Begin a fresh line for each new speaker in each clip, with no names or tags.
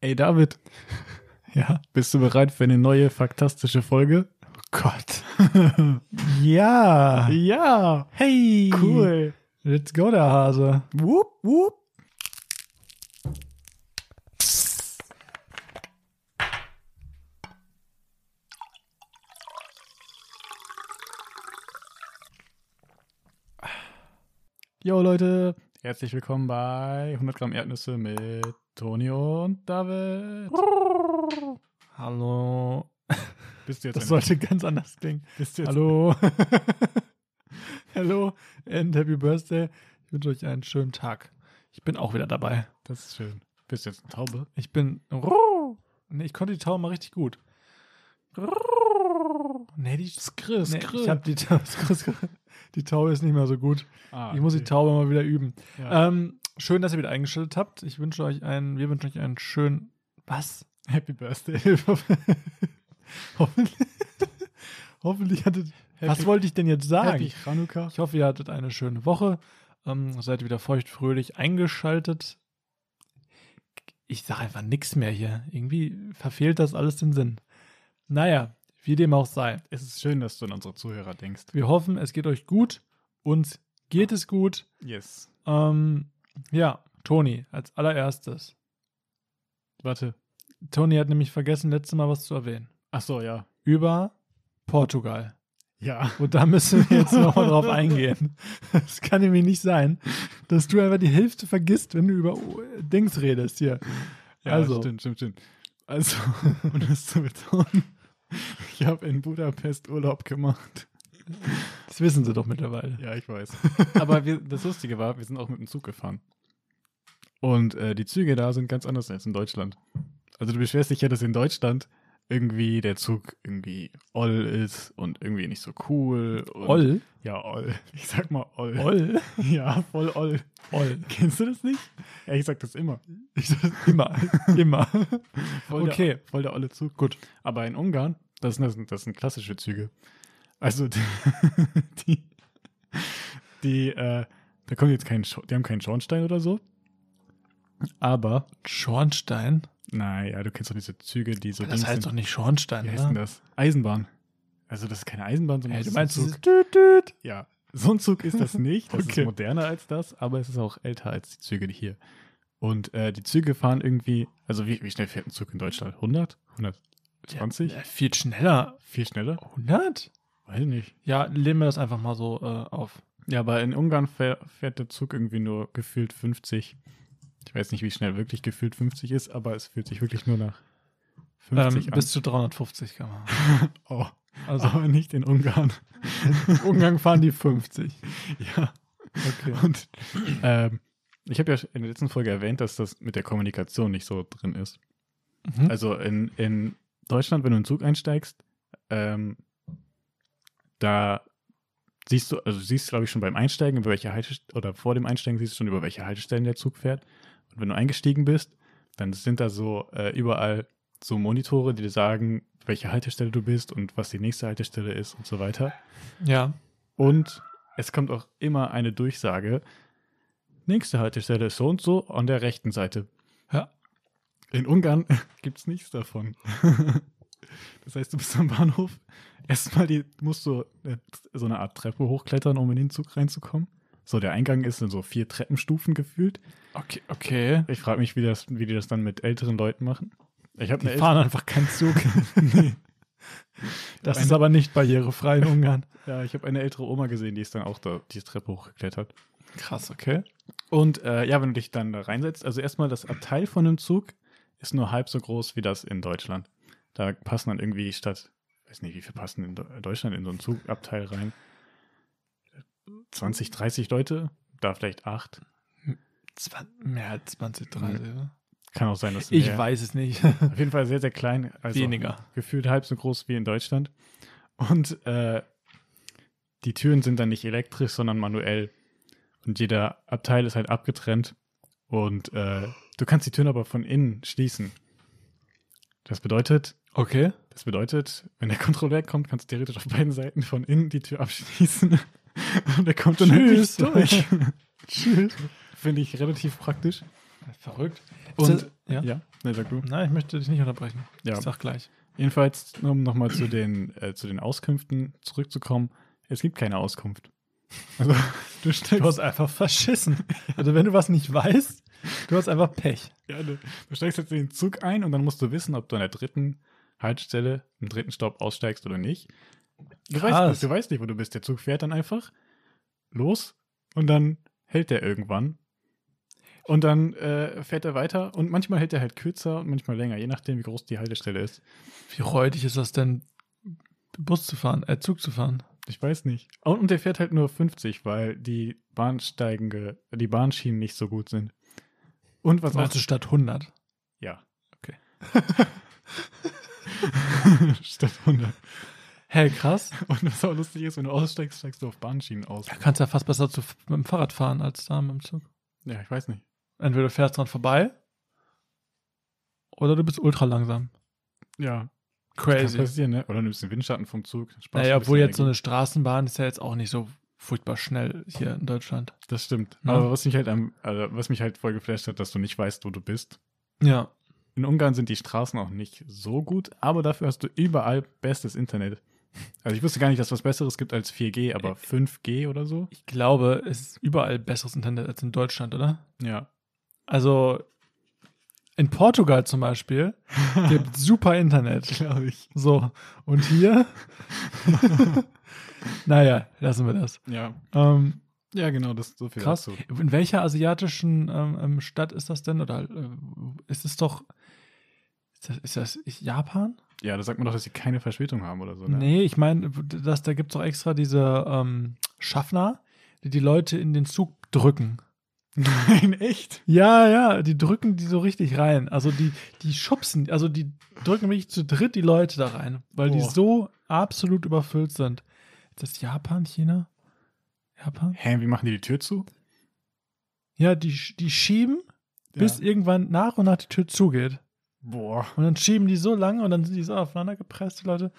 Ey David,
Ja.
bist du bereit für eine neue faktastische Folge?
Oh Gott. ja.
Ja,
Hey.
cool.
Let's go, der Hase.
Wupp, wupp. Yo Leute, herzlich willkommen bei 100 Gramm Erdnüsse mit Toni und David.
Hallo.
Bist du jetzt
Das
eine-
sollte ganz anders klingen.
bist du jetzt
Hallo. Hallo and happy birthday. Ich wünsche euch einen schönen Tag. Ich bin auch wieder dabei.
Das ist schön. Bist du jetzt eine Taube?
Ich bin. Nee, ich konnte die Taube mal richtig gut. Nee, die
Skris,
nee, ich hab die, Taube, die Taube ist nicht mehr so gut.
ah,
Ich muss die
okay.
Taube mal wieder üben.
ja.
Ähm, schön, dass ihr wieder eingeschaltet habt. Ich wünsche euch einen, wir wünschen euch einen schönen. Was?
Happy Birthday.
Hoffentlich, hoffentlich hattet. was
Happy-
wollte ich denn jetzt sagen?
Happy Chanukka.
Ich hoffe, ihr hattet eine schöne Woche. Ähm, seid wieder feuchtfröhlich eingeschaltet. Ich sage einfach nichts mehr hier. Irgendwie verfehlt das alles den Sinn. Naja, wie dem auch sei.
Es ist schön, dass du an unsere Zuhörer denkst.
Wir hoffen, es geht euch gut. Uns geht es gut.
Yes.
Ähm, ja, Toni, als allererstes.
Warte.
Tony hat nämlich vergessen, letztes Mal was zu erwähnen.
Ach so, ja.
Über Portugal.
Ja.
Und da müssen wir jetzt nochmal drauf eingehen. Es kann nämlich nicht sein, dass du einfach die Hälfte vergisst, wenn du über O- Dings redest hier.
ja
Also.
Stimmt, stimmt, stimmt. Also, um das zu betonen, ich habe in Budapest Urlaub gemacht.
Das wissen sie doch mittlerweile.
Ja, ich weiß. Aber wir, das Lustige war, wir sind auch mit dem Zug gefahren. Und äh, die Züge da sind ganz anders als in Deutschland. Also du beschwerst dich ja, dass in Deutschland irgendwie der Zug irgendwie oll ist und irgendwie nicht so cool. Und
Oll?
Ja, oll. Ich sag mal oll.
Oll?
Ja, voll oll.
Oll.
Kennst du das nicht? Ja, ich sag das immer.
Ich sag immer. Immer.
Voll
Okay.
Der, voll der olle Zug. Gut. Aber in Ungarn, das sind, das sind, das sind klassische Züge. Also, die, die, die äh, da kommt jetzt kein, Schor- die haben keinen Schornstein oder so. Aber,
Schornstein?
naja, du kennst doch diese Züge, die so.
Das
Dings
heißt
sind.
doch nicht Schornstein,
Wie heißt denn
ne?
das? Eisenbahn. Also, das ist keine Eisenbahn, sondern
Hey,
das
du
ist
meinst
ein
dieses
Zug.
Düt, Düt?
Ja, so ein Zug ist das nicht. Das
Okay.
ist moderner als das, aber es ist auch älter als die Züge hier. Und äh, die Züge fahren irgendwie, also wie, wie schnell fährt ein Zug in Deutschland? 100? 120?
Ja, ne. Äh, Oh. viel schneller.
Viel schneller?
100?
Weiß ich nicht.
Ja, lehnen wir das einfach mal so äh, auf.
Ja, aber in Ungarn fähr, fährt der Zug irgendwie nur gefühlt 50. Ich weiß nicht, wie schnell wirklich gefühlt 50 ist, aber es fühlt sich wirklich nur nach 50
Ähm,
an.
bis zu 350 kann man.
oh,
Also
aber nicht in Ungarn.
Umgang fahren die 50.
ja.
Okay.
Und ähm, ich habe ja in der letzten Folge erwähnt, dass das mit der Kommunikation nicht so drin ist.
Mhm.
Also in, in Deutschland, wenn du in den Zug einsteigst, ähm, da siehst du, also du siehst, glaube ich, schon beim Einsteigen, über welche Haltestellen, oder vor dem Einsteigen siehst du schon, über welche Haltestellen der Zug fährt. Und wenn du eingestiegen bist, dann sind da so äh, überall so Monitore, die dir sagen, welche Haltestelle du bist und was die nächste Haltestelle ist und so weiter.
ja.
Und es kommt auch immer eine Durchsage. Nächste Haltestelle ist so und so an der rechten Seite.
Ja.
In Ungarn gibt es nichts davon. das heißt, du bist am Bahnhof. Erstmal die, musst du äh, so eine Art Treppe hochklettern, um in den Zug reinzukommen. So, der Eingang ist in so vier Treppenstufen gefühlt.
Okay, okay.
Ich frage mich, wie, das, wie die das dann mit älteren Leuten machen. Ich habe
Die
eine
fahren einfach keinen Zug. Das ist aber nicht barrierefrei in Ungarn.
Ja, ich habe eine ältere Oma gesehen, die ist dann auch da die Treppe hochgeklettert.
Krass, okay.
Und äh, ja, wenn du dich dann da reinsetzt, also erstmal das Abteil von einem Zug ist nur halb so groß wie das in Deutschland. Da passen dann irgendwie statt, weiß nicht, wie viel passen in Deu- Deutschland in so ein Zugabteil rein? 20, 30 Leute? Da vielleicht acht.
Zwa- mehr als 20, 30. oder?
Kann auch sein, dass
Ich
mehr-
weiß es nicht.
Auf jeden Fall sehr, sehr klein. Also
Weniger.
gefühlt halb so groß wie in Deutschland. Und äh, die Türen sind dann nicht elektrisch, sondern manuell. Und jeder Abteil ist halt abgetrennt. Und äh, du kannst die Türen aber von innen schließen. Das bedeutet,
Okay.
das bedeutet, wenn der Kontrolleur kommt, kannst du theoretisch auf beiden Seiten von innen die Tür abschließen. Und er kommt dann halt
Tschüss.
endlich durch. Tschüss. Finde ich relativ praktisch.
Verrückt.
Und,
ja?
ja, nee, sag du.
Nein, ich möchte dich nicht unterbrechen.
Ja.
Ich sag gleich.
Jedenfalls, um nochmal zu, den, äh, zu den Auskünften zurückzukommen, es gibt keine Auskunft. Also, du
Du
steigst,
hast einfach verschissen. Also wenn du was nicht weißt, du hast einfach Pech.
ja, du, du steigst jetzt in den Zug ein und dann musst du wissen, ob du an der dritten Haltestelle, im dritten Stopp aussteigst oder nicht. Du weißt,
Krass.
nicht, du weißt nicht, wo du bist. Der Zug fährt dann einfach los und dann hält der irgendwann. Und dann äh, fährt er weiter und manchmal hält er halt kürzer und manchmal länger, je nachdem, wie groß die Haltestelle ist.
Wie räudig ist das denn, Bus zu fahren, äh, Zug zu fahren?
Ich weiß nicht. Und, und der fährt halt nur 50, weil die Bahnsteigende, die Bahnschienen nicht so gut sind. Und was auch.
Also statt 100.
Ja.
Okay.
Statt 100.
Hey, krass.
Und was auch lustig ist, wenn du aussteigst, steigst du auf Bahnschienen aus.
Da kannst du ja fast besser zu, mit dem Fahrrad fahren als da mit dem Zug.
Ja, ich weiß nicht.
Entweder du fährst dran vorbei oder du bist ultra langsam.
Ja. Kann
Crazy.
passieren, ne? Oder nimmst den Windschatten vom Zug. sparst
Naja,
ein bisschen
obwohl jetzt so
Energie.
eine Straßenbahn ist ja jetzt auch nicht so furchtbar schnell hier in Deutschland.
Das stimmt.
Ne?
Aber was mich halt am, also was mich halt voll geflasht hat, dass du nicht weißt, wo du bist.
Ja.
In Ungarn sind die Straßen auch nicht so gut, aber dafür hast du überall bestes Internet. Also ich wusste gar nicht, dass was Besseres gibt als 4G, aber 5G oder so.
Ich glaube, es ist überall besseres Internet als in Deutschland, oder?
Ja.
Also in Portugal zum Beispiel gibt super Internet.
Glaube ich.
So, und hier? naja, lassen wir das.
Ja.
Ähm,
Ja, genau, das so viel
Krass.
dazu.
In welcher asiatischen ähm, ähm, Stadt ist das denn? Oder äh, ist es doch. Ist das, ist das Japan?
Ja, da sagt man doch, dass sie keine Verspätung haben oder so. Ne?
Nee, ich meine, das- da gibt es doch extra diese ähm, Schaffner, die die Leute in den Zug drücken.
Nein, echt?
Ja, ja, die drücken die so richtig rein. Also die, die schubsen, also die drücken mich zu dritt die Leute da rein, weil die
Boah.
so absolut überfüllt sind. Ist das Japan, China? Japan?
Hä, wie machen die die Tür zu?
Ja, die, sch- die schieben, bis irgendwann nach und nach die Tür zugeht.
Boah.
Und dann schieben die so lange und dann sind die so aufeinander gepresst, die Leute.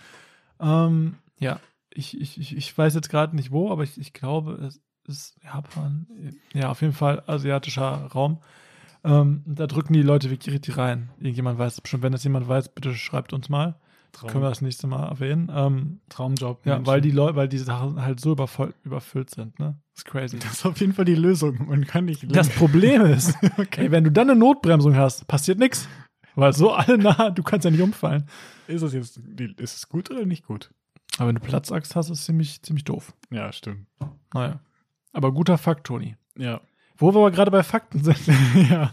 Ähm, ja, ich, ich, ich, ich weiß jetzt gerade nicht wo, aber ich, ich glaube, es ist Japan. Ja, auf jeden Fall asiatischer Raum. Ähm, da drücken die Leute wirklich richtig rein. Irgendjemand weiß es bestimmt. Wenn das jemand weiß, bitte schreibt uns mal.
Traum,
Können wir das nächste Mal erwähnen. Ähm,
Traumjob.
ja,
Menschen.
weil die Leute, weil die Sachen halt so übervoll, überfüllt sind, ne? ist crazy.
Das ist auf jeden Fall die Lösung. Man kann nicht
Das Problem ist, ey, wenn du dann eine Notbremsung hast, passiert nichts. Weil so alle nah, du kannst ja nicht umfallen.
Ist es jetzt, die- ist es gut oder nicht gut?
Aber wenn du Platzangst hast, ist es ziemlich, ziemlich doof.
Ja, stimmt.
Naja. Aber guter Fakt, Toni.
Ja.
Wo wir aber gerade bei Fakten sind. ja.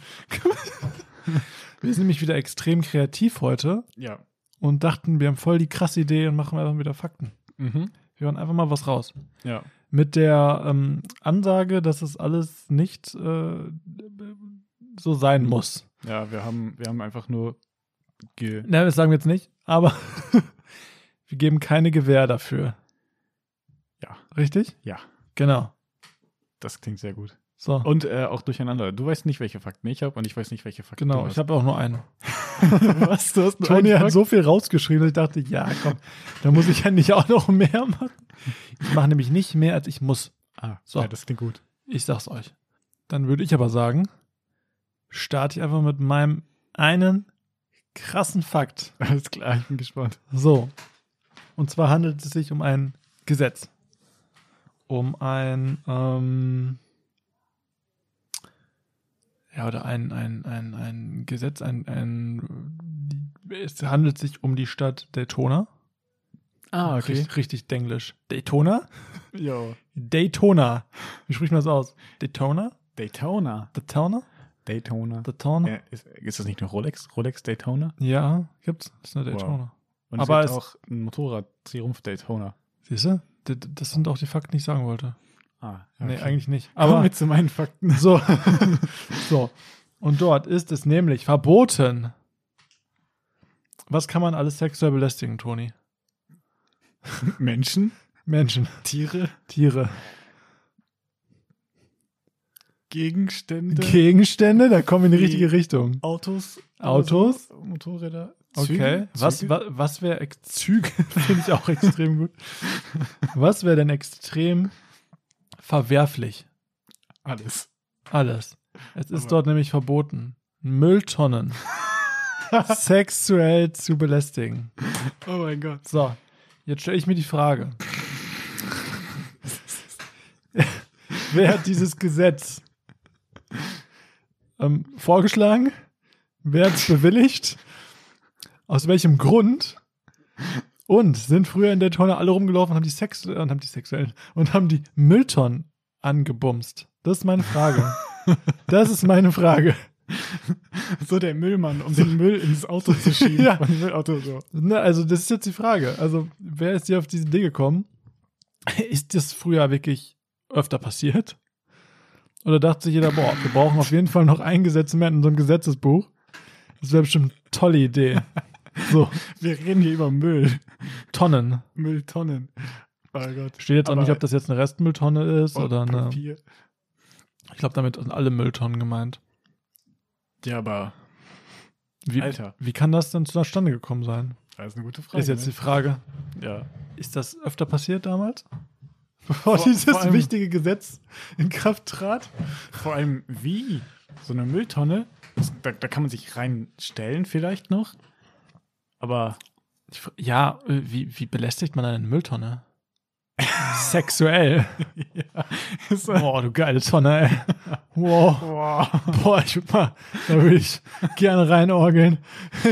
wir sind nämlich wieder extrem kreativ heute
Ja.
und dachten, wir haben voll die krasse Idee und machen einfach wieder Fakten.
Mhm.
Wir hören einfach mal was raus.
Ja.
Mit der ähm, Ansage, dass es alles nicht äh, so sein muss.
Ja, wir haben, wir haben einfach nur ge
Nein, das sagen wir jetzt nicht, aber wir geben keine Gewähr dafür.
Ja.
Richtig?
Ja.
Genau.
Das klingt sehr gut.
So.
Und äh, auch durcheinander. Du weißt nicht, welche Fakten ich habe und ich weiß nicht, welche Fakten
genau,
du
ich
hast.
habe auch nur einen.
was? Du hast nur
Toni
einen
hat
Fakt?
so viel rausgeschrieben, dass ich dachte, ja, komm, da muss ich ja nicht auch noch mehr machen. Ich mache nämlich nicht mehr, als ich muss.
Ah,
So.
ja, das klingt gut.
Ich sag's euch. Dann würde ich aber sagen, starte ich einfach mit meinem einen krassen Fakt.
Alles klar, ich bin gespannt.
So. Und zwar handelt es sich um ein Gesetz. Um ein, ähm, ja, oder ein, ein, ein, ein Gesetz, ein, ein, es handelt sich um die Stadt Daytona.
Ah,
Richtig, richtig denglisch. Daytona?
Jo.
Daytona. Wie spricht man das aus? Daytona?
Daytona.
Daytona?
Daytona.
Daytona?
Äh, ist, ist das nicht eine Rolex? Rolex Daytona?
Ja, gibt's. Das ist eine Daytona.
Und
Aber
es
es-
gibt auch ein Motorrad Triumph Daytona.
Siehst du? D- d- Das sind auch die Fakten, die ich sagen wollte.
Ah,
Nee, eigentlich nicht.
Aber
Aber
mit zu meinen Fakten.
So. so. Und dort ist es nämlich verboten. Was kann man alles sexuell belästigen, Toni?
Menschen,
Menschen,
Tiere,
Tiere,
Gegenstände,
Gegenstände, da kommen wir in die
Die-
richtige Richtung.
Autos,
Autos?
also Motorräder,
Okay.
Züge,
Was,
Züge.
was, was wäre ex- Züge, finde ich auch extrem gut. Was wäre denn extrem verwerflich?
Alles.
Alles. Es ist
Aber-
dort nämlich verboten, Mülltonnen sexuell zu belästigen.
Oh mein Gott.
So, jetzt stelle ich mir die Frage. Wer hat dieses Gesetz ähm, vorgeschlagen? Wer hat es bewilligt? Aus welchem Grund? Und sind früher in Daytona alle rumgelaufen und haben die Sex äh, und haben die sexuellen und haben die Mülltonnen angebumst? Das ist meine Frage. Das ist meine Frage.
So der Müllmann, um den Müll ins Auto zu schieben.
Ja.
Von dem Müllauto so.
Ne, also das ist jetzt die Frage. Also wer ist hier auf diese Idee gekommen? Ist das früher wirklich öfter passiert? Oder dachte sich jeder, boah, wir brauchen auf jeden Fall noch ein Gesetz mehr in unserem Gesetzesbuch? Das wäre bestimmt eine tolle Idee. So,
Wir reden hier über Müll.
Tonnen.
Mülltonnen. Oh Gott.
Steht jetzt auch
Aber-
nicht, ob das jetzt eine Restmülltonne ist oder eine.
Papier.
Ich glaube, damit sind alle Mülltonnen gemeint.
Ja, aber
Wie,
Alter.
wie kann das denn zustande gekommen sein?
das ist eine gute Frage.
ist jetzt die
ne?
Frage.
ja.
Ist das öfter passiert damals? Bevor
Vor-
dieses
vor allem-
wichtige Gesetz in Kraft trat?
Vor allem wie? So eine Mülltonne, das, da, da kann man sich reinstellen vielleicht noch. Aber
Ich fra- Ja, äh, wie, wie belästigt man eine Mülltonne? Sexuell. Boah, du geile Tonne, ey. Wow. Boah, ich würd mal, da würde ich gerne reinorgeln.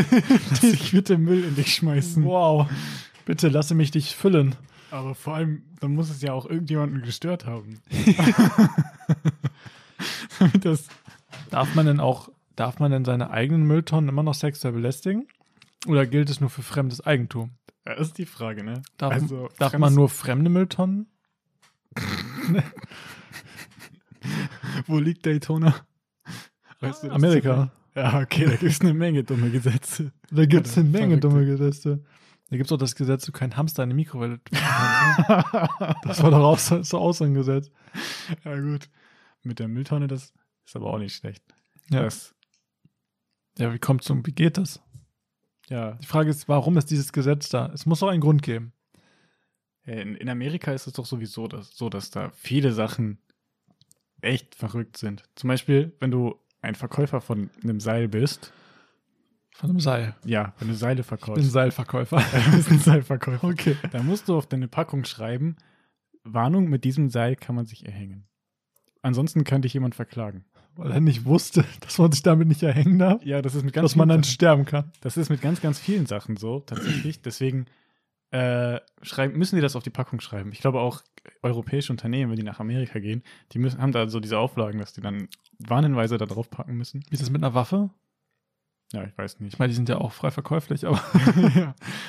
dass ich bitte Müll in dich schmeißen.
Wow. Bitte lasse mich dich füllen.
Aber vor allem, dann muss es ja auch irgendjemanden gestört haben. Damit das
Darf man denn auch, darf man denn seine eigenen Mülltonnen immer noch sexuell belästigen? Oder gilt es nur für fremdes Eigentum?
Ja, Das ist die Frage, ne?
Darf,
Also,
darf
fremdes-
man nur fremde Mülltonnen?
Wo liegt Daytona? Weißt du das
Amerika.
zufällig? Ja, okay, da gibt es eine Menge dumme Gesetze.
Da gibt es eine
Oder
Menge
verrückte.
dumme Gesetze. Da gibt es auch das Gesetz, du kein Hamster in eine Mikrowelle. tun kannst, ne? das war doch auch so, so auch so ein Gesetz.
Ja, gut. Mit der Mülltonne, das ist aber auch nicht schlecht.
Ja.
Das,
Ja, wie kommt zum, wie geht das?
ja.
Die Frage ist, warum ist dieses Gesetz da? Es muss doch einen Grund geben.
In, in Amerika ist es doch sowieso das, so, dass da viele Sachen echt verrückt sind. Zum Beispiel, wenn du ein Verkäufer von einem Seil bist.
Von einem Seil.
Ja, wenn du Seile
Ich bin
verkaufst.
Seilverkäufer.
Du bist ein Seilverkäufer.
Okay.
Dann musst du auf deine Packung schreiben, Warnung, mit diesem Seil kann man sich erhängen. Ansonsten kann dich jemand verklagen.
Weil er nicht wusste, dass man sich damit nicht erhängen darf.
Ja, das ist mit
Dass
vielen
man dann
Sachen-
sterben kann.
Das ist mit ganz, ganz vielen Sachen so, tatsächlich. Deswegen äh, schreiben, müssen die das auf die Packung schreiben. Ich glaube auch europäische Unternehmen, wenn die nach Amerika gehen, die müssen, haben da so diese Auflagen, dass die dann Warnhinweise da drauf packen müssen.
Wie ist das mit einer Waffe?
Ja, ich weiß nicht.
Ich meine, die sind ja auch frei verkäuflich, aber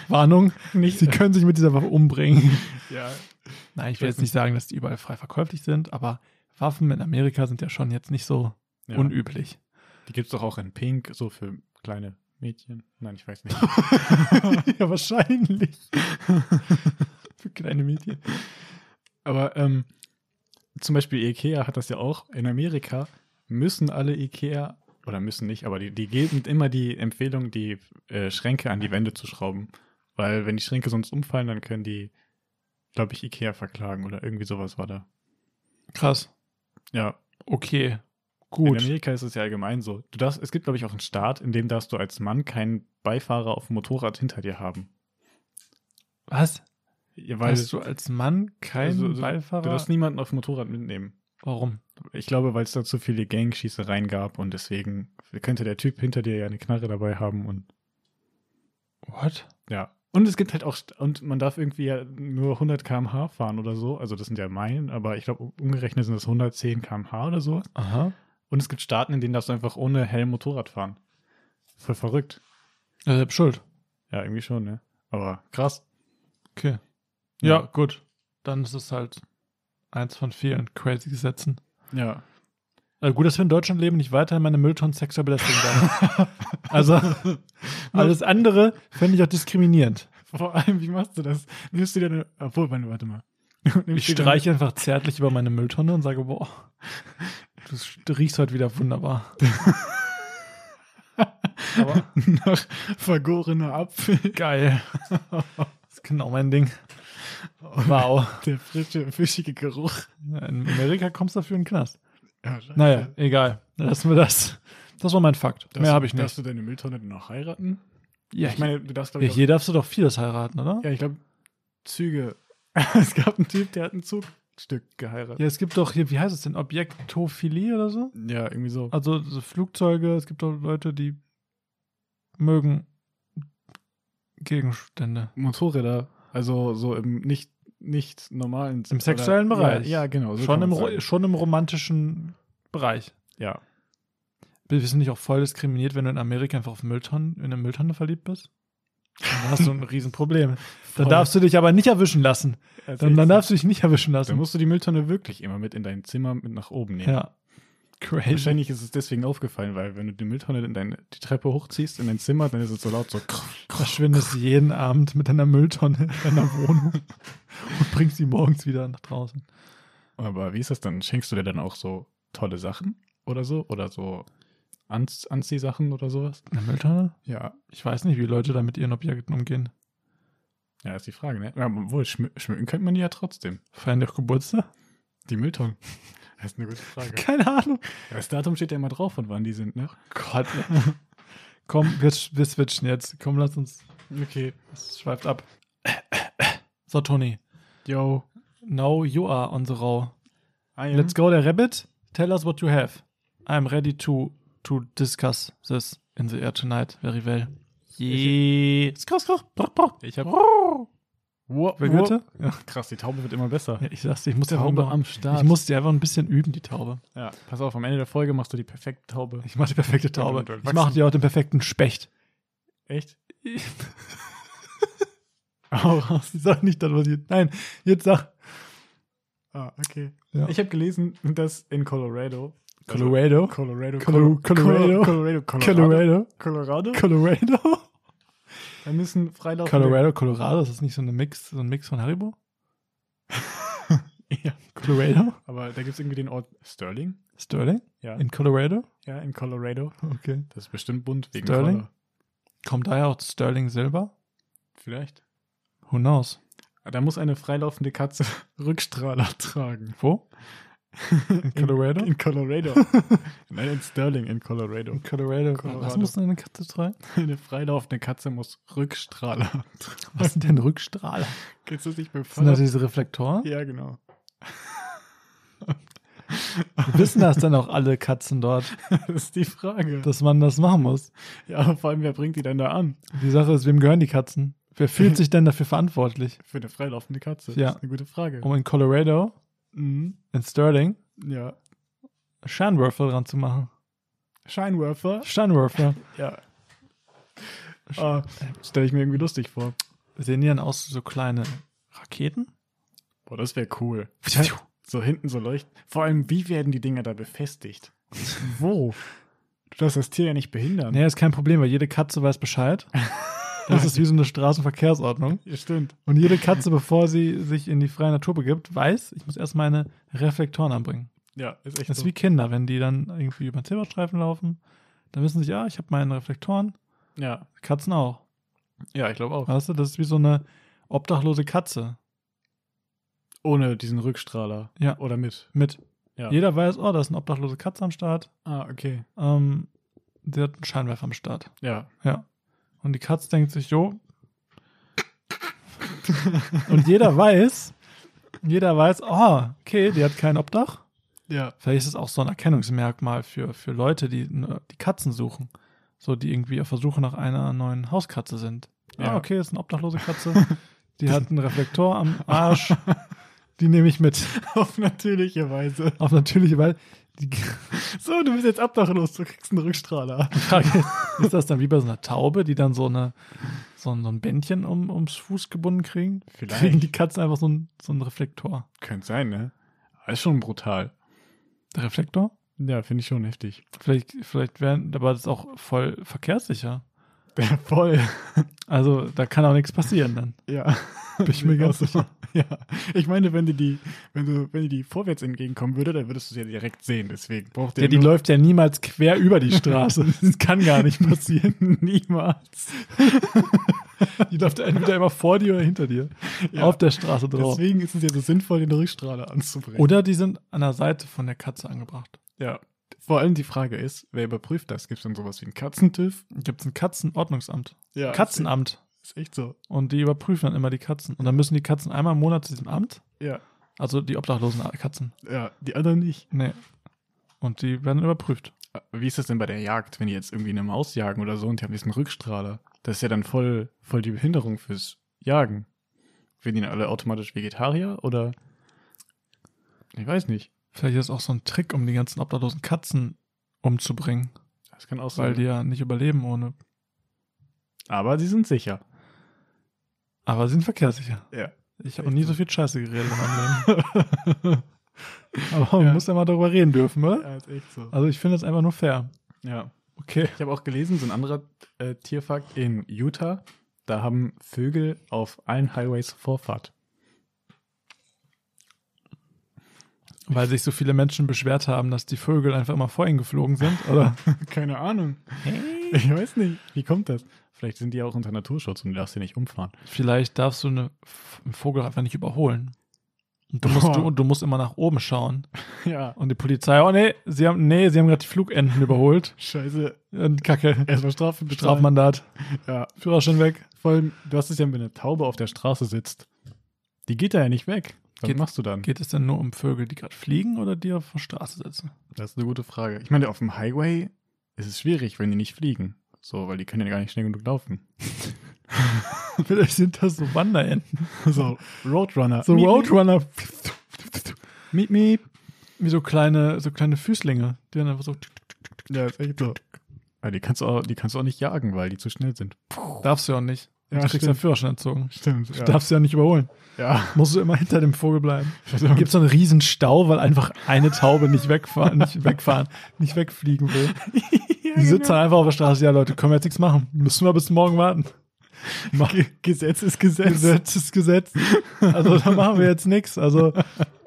Warnung,
Nicht,
sie können sich mit dieser Waffe umbringen.
ja.
Nein, ich will jetzt nicht sagen, dass die überall frei verkäuflich sind, aber Waffen in Amerika sind ja schon jetzt nicht so
ja.
unüblich.
die gibt es doch auch in Pink, so für kleine Mädchen. Nein, ich weiß nicht.
ja, wahrscheinlich. Für kleine Mädchen.
Aber ähm, zum Beispiel Ikea hat das ja auch. In Amerika müssen alle Ikea, oder müssen nicht, aber die, die geben immer die Empfehlung, die äh, Schränke an die Wände zu schrauben. Weil wenn die Schränke sonst umfallen, dann können die, glaube ich, Ikea verklagen oder irgendwie sowas war da.
Krass.
Ja,
Okay.
in
Gut.
Amerika ist es ja allgemein so. Du darfst, es gibt, glaube ich, auch einen Staat, in dem darfst du als Mann keinen Beifahrer auf dem Motorrad hinter dir haben.
Was?
Ja, weil
Weißt
du,
du als Mann kein
Also, so-
Beifahrer?
darfst niemanden auf dem Motorrad mitnehmen.
Warum?
Ich glaube, weil es da zu viele Gangschießereien gab und deswegen könnte der Typ hinter dir ja eine Knarre dabei haben und
What?
ja. Und es gibt halt auch, St- und man darf irgendwie ja nur 100 km/h fahren oder so. Also, das sind ja Meilen, aber ich glaube, umgerechnet sind das 110 km/h oder so.
Aha.
Und es gibt Staaten, in denen darfst du einfach ohne Helm Motorrad fahren. Voll verrückt.
Ja, selbst Äh, schuld.
Ja, irgendwie schon, ne? Aber krass.
Okay.
Ja.
Ja, gut. Dann ist es halt eins von vielen crazy Gesetzen.
Ja.
Also gut, dass wir in Deutschland leben und ich weiterhin meine Mülltonnen sexuell belästigen darf. also alles andere fände ich auch diskriminierend.
Vor allem, wie machst du das? Nimmst du dir eine. Obwohl, warte, warte mal.
Ich streiche einfach zärtlich über meine Mülltonne und sage, boah, du sch- du riechst heute wieder wunderbar. Aber
nach vergorener Apfel.
geil. Das ist genau mein Ding. Wow.
Der frische, fischige Geruch.
In Amerika kommst du dafür in den Knast.
Ja,
Naja, egal. Lassen wir das. Das war mein Fakt.
Darfst
Mehr
du-
habe ich nicht.
Darfst du deine Mülltonne denn noch heiraten?
Ja,
Ich meine, du darfst, glaube
ja,
ich,
hier darfst du doch vieles heiraten, oder?
auch, ja, ich glaube, Züge. es gab einen Typ, der hat ein Zugstück geheiratet.
Ja, es gibt doch hier, wie heißt es denn, Objektophilie oder so?
Ja, irgendwie so.
Also so Flugzeuge, es gibt doch Leute, die mögen Gegenstände.
Motorräder, also so im nicht, nicht normalen
Im sexuellen
oder-
Bereich.
Ja, ja genau. so
schon,
kann
im,
man's
Ro-
sagen.
schon im romantischen Bereich.
Ja.
Wir sind nicht auch voll diskriminiert, wenn du in Amerika einfach auf Mülltonnen, in eine Mülltonne verliebt bist? Dann hast du ein Riesenproblem. Dann
Voll.
darfst du dich aber nicht erwischen lassen. Dann, dann darfst du dich nicht erwischen
Dann
lassen.
musst du die Mülltonne wirklich immer mit in dein Zimmer mit nach oben nehmen.
Ja. Crazy.
Wahrscheinlich ist es deswegen aufgefallen, weil wenn du die Mülltonne in dein, die Treppe hochziehst in dein Zimmer, dann ist es so laut so.
Verschwindest jeden Abend mit deiner Mülltonne in deiner Wohnung und bringst sie morgens wieder nach draußen.
Aber wie ist das dann? Schenkst du dir dann auch so tolle Sachen oder so? Oder so Anz Anziehsachen oder sowas?
Eine Mülltonne?
Ja,
Ich weiß nicht, wie Leute da mit ihren Objekten umgehen.
ja, ist die Frage, ne? Ja, obwohl, schmü schmücken könnte man die ja trotzdem.
Feiern die auch Geburtstag?
Die Mülltonnen. Das ist eine gute Frage.
Keine Ahnung.
Das Datum steht ja immer drauf, von wann die sind, ne?
Gott. Komm, wir, wir switchen jetzt. Komm, lass uns.
Okay.
Es schweift ab. So, Tony.
Yo.
Now you are on the row.
I am-
Let's go, der Rabbit. Tell us what you have. I'm ready to, to discuss this in the air tonight very well. Yeah. Skrach, skrach, brach, brach.
Ich hab.
Wow, Goethe? Ja.
Krass, die Taube wird immer besser.
ja, ich sag's dir, ich muss die
Taube
Taube
am Start.
Ich muss die einfach ein bisschen üben, die Taube.
ja, pass auf, am Ende der Folge machst du die perfekte Taube.
Ich mache die perfekte Taube.
Und dann
Ich mache
wachsen.
dir auch den perfekten Specht.
Echt?
Ich sag nicht das, was ich. Nein, jetzt sag.
Ah, okay.
Ja.
Ich habe gelesen, dass in Colorado.
Colorado.
Also Colorado.
Colo- Colorado.
Colorado. Colorado.
Colorado.
Colorado.
Colorado.
Da müssen Freilaufende.
Colorado, Colorado, ist das nicht so, eine Mix, so ein Mix von Haribo?
Ja.
Colorado?
Aber da gibt es irgendwie den Ort Sterling.
Sterling?
Ja.
In Colorado?
ja, in Colorado.
Okay.
Das ist bestimmt bunt wegen
Sterling?
Color.
Kommt daher auch Sterling Silber?
Vielleicht.
Who knows?
Da muss eine freilaufende Katze Rückstrahler tragen.
Wo? In Colorado?
In Colorado. Nein, in Sterling, in Colorado.
Colorado.
Colorado.
Was muss denn eine Katze tragen?
Eine freilaufende Katze muss Rückstrahler tragen.
Was sind denn Rückstrahler?
Kennst du das nicht beim
Sind das
Fahrrad?
diese Reflektoren?
Ja, genau.
Wissen das dann auch alle Katzen dort,
Das ist die Frage.
dass man das machen muss?
Ja, aber vor allem, wer bringt die denn da an?
Die Sache ist, wem gehören die Katzen? Wer fühlt sich denn dafür verantwortlich?
Für eine freilaufende Katze.
Ja.
Das ist eine gute Frage.
Um in Colorado,
Mhm.
in Sterling,
Ja.
Scheinwerfer dran zu machen.
Scheinwerfer.
Scheinwerfer.
Ja. Ah, Stelle ich mir irgendwie lustig vor.
Sehen die dann aus wie so kleine Raketen?
Boah, das wäre cool. So hinten so leuchten. Vor allem, wie werden die Dinger da befestigt? Wo? Du darfst das Tier ja nicht behindern.
Naja, ist kein Problem, weil jede Katze weiß Bescheid. Das ist wie so eine Straßenverkehrsordnung.
Ja, stimmt.
Und jede Katze, bevor sie sich in die freie Natur begibt, weiß, ich muss erst meine Reflektoren anbringen.
Ja, ist echt
Das ist
so.
wie Kinder, wenn die dann irgendwie über den Silberstreifen laufen, dann wissen sie, ja, ich habe meine Reflektoren.
ja.
Katzen auch.
ja, ich glaube auch.
Weißt du, das ist wie so eine obdachlose Katze
Ohne diesen Rückstrahler.
Ja.
Oder mit.
mit.
Ja.
Jeder weiß, oh, da ist eine obdachlose Katze am Start.
Ah, okay.
Ähm, der hat einen Scheinwerfer am Start.
Ja.
Und die Katze denkt sich, jo. Und jeder weiß, jeder weiß, oh, okay, die hat kein Obdach.
Ja.
Vielleicht ist es auch so ein Erkennungsmerkmal für, für Leute, die, ne, die Katzen suchen. So, die irgendwie auf der Suche nach einer neuen Hauskatze sind.
Ja.
Ah, okay, ist eine obdachlose Katze. Die hat einen Reflektor am Arsch. Die nehme ich mit.
Auf natürliche Weise.
Auf natürliche Weise. Die
So, du bist jetzt obdachlos, du kriegst einen Rückstrahler.
Frage ist, ist das dann wie bei so einer Taube, die dann so, eine, so, ein, so ein Bändchen um, ums Fuß gebunden kriegen?
Vielleicht.
Kriegen die Katzen einfach so einen so einen Reflektor.
Könnte sein, ne? Aber Ist schon brutal.
Der Reflektor?
Ja, finde ich schon heftig.
Vielleicht, vielleicht wären, aber das ist auch voll verkehrssicher.
Voll.
Also da kann auch nichts passieren dann.
Ja. Bin
ich mir ganz
sicher. Ja. Ich meine, wenn dir die, wenn du, wenn dir die vorwärts entgegenkommen würde, dann würdest du sie ja direkt sehen. Deswegen braucht
Ja,
ihr
die
nur-
läuft ja niemals quer über die Straße. Das kann gar nicht passieren.
niemals.
Die läuft entweder immer vor dir oder hinter dir.
Ja.
Auf der Straße drauf.
Deswegen ist es ja so sinnvoll, den Rückstrahler anzubringen.
Oder die sind an der Seite von der Katze angebracht. Ja.
Vor allem die Frage ist, wer überprüft das? Gibt es dann sowas wie einen Katzentiff?
Gibt es ein Katzenordnungsamt?
Ja,
Katzenamt.
Ist echt so.
Und die überprüfen dann immer die Katzen. Und dann müssen die Katzen einmal im Monat zu diesem Amt.
Ja,
Also die obdachlosen Katzen.
ja, die anderen nicht.
Nee. Und die werden überprüft.
Äh, Wie ist das denn bei der Jagd, wenn die jetzt irgendwie eine Maus jagen oder so und die haben diesen Rückstrahler? Das ist ja dann voll, voll die Behinderung fürs Jagen. Werden die dann alle automatisch Vegetarier oder? Ich weiß nicht.
Vielleicht ist das auch so ein Trick, um die ganzen obdachlosen Katzen umzubringen.
Das kann auch
Weil
sein.
die ja nicht überleben ohne.
Aber sie sind sicher.
Aber sie sind verkehrssicher.
Ja.
Ich habe noch nie so viel Scheiße geredet in meinem
ja,
Leben. Aber man
Ja.
muss ja mal darüber reden dürfen, oder?
ist echt so.
Also ich finde das einfach nur fair.
Ja.
Okay.
Ich habe auch gelesen, so ein anderer äh, Tierfakt in Utah, da haben Vögel auf allen Highways Vorfahrt.
Weil sich so viele Menschen beschwert haben, dass die Vögel einfach immer vor ihnen geflogen sind, oder?
Keine Ahnung. Ich weiß nicht. Wie kommt das? Vielleicht sind die auch unter Naturschutz und du darfst sie nicht umfahren.
Vielleicht darfst du eine, einen Vogel einfach nicht überholen. Und du,
Boah.
musst, du, du musst immer nach oben schauen.
Ja.
Und die Polizei, oh nee, sie haben, nee, sie haben gerade die Flugenten überholt.
Scheiße.
Und Kacke.
Erstmal Strafe bezahlen.
Strafmandat.
Ja.
Führerschein weg.
Vor allem, du hast es ja, wenn eine Taube auf der Straße sitzt. Die geht da ja nicht weg. Was
Geht-
machst du dann?
Geht es denn nur um Vögel, die gerade fliegen oder die auf der Straße sitzen?
Das ist eine gute Frage. Ich meine, auf dem Highway ist es schwierig, wenn die nicht fliegen. So, weil die können ja gar nicht schnell genug laufen.
Vielleicht sind das so Wanderenten.
So, Roadrunner.
So
Miep,
Roadrunner.
Miep, miep.
Wie so kleine, so kleine Füßlinge. Die dann einfach so.
Ja, ist echt so. Ja, die, kannst du auch, die kannst du auch nicht jagen, weil die zu schnell sind.
Darfst du ja auch nicht.
Ja,
du kriegst
stimmt.
deinen Führerschein entzogen.
Stimmt.
Du
Ja.
darfst sie ja nicht überholen.
ja.
Musst du immer hinter dem Vogel bleiben.
Verdammt.
Gibt es so einen riesen Stau, weil einfach eine Taube nicht wegfahren, nicht wegfahren, nicht wegfliegen will. Die sitzt
genau.
dann einfach auf der Straße, ja Leute, können wir jetzt nichts machen. Müssen wir bis morgen warten.
Ge- Gesetz ist Gesetz.
Gesetz ist Gesetz. Also da machen wir jetzt nichts. Also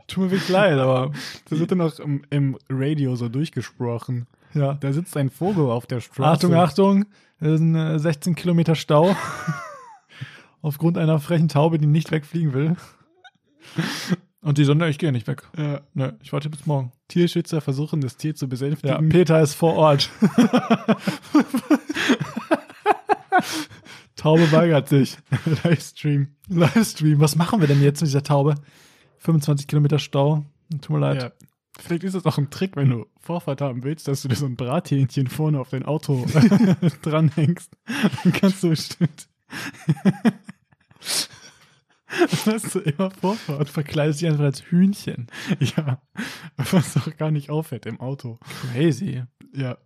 tut mir wirklich leid, aber
Das wird dann auch im, im Radio so durchgesprochen.
ja.
Da sitzt ein Vogel auf der Straße.
Achtung, Achtung, das ist ein äh, 16 Kilometer Stau. Aufgrund einer frechen Taube, die nicht wegfliegen will. Und die so, ne, ich gehe nicht weg.
Ja.
Ne, ich warte bis morgen.
Tierschützer versuchen, das Tier zu
Ja,
besänftigen.
Peter ist vor Ort. Taube weigert sich.
Livestream.
Livestream, was machen wir denn jetzt mit dieser Taube? 25 Kilometer Stau. Tut mir leid.
Ja. Vielleicht ist das auch ein Trick, wenn du Vorfahrt haben willst, dass du dir so ein Brathähnchen vorne auf dein Auto dranhängst. Dann kannst du bestimmt. Dann hast du immer Vorfahrt.
Und verkleidet sich einfach als Hühnchen.
Ja. Was auch gar nicht auffällt im Auto.
Crazy.
Ja.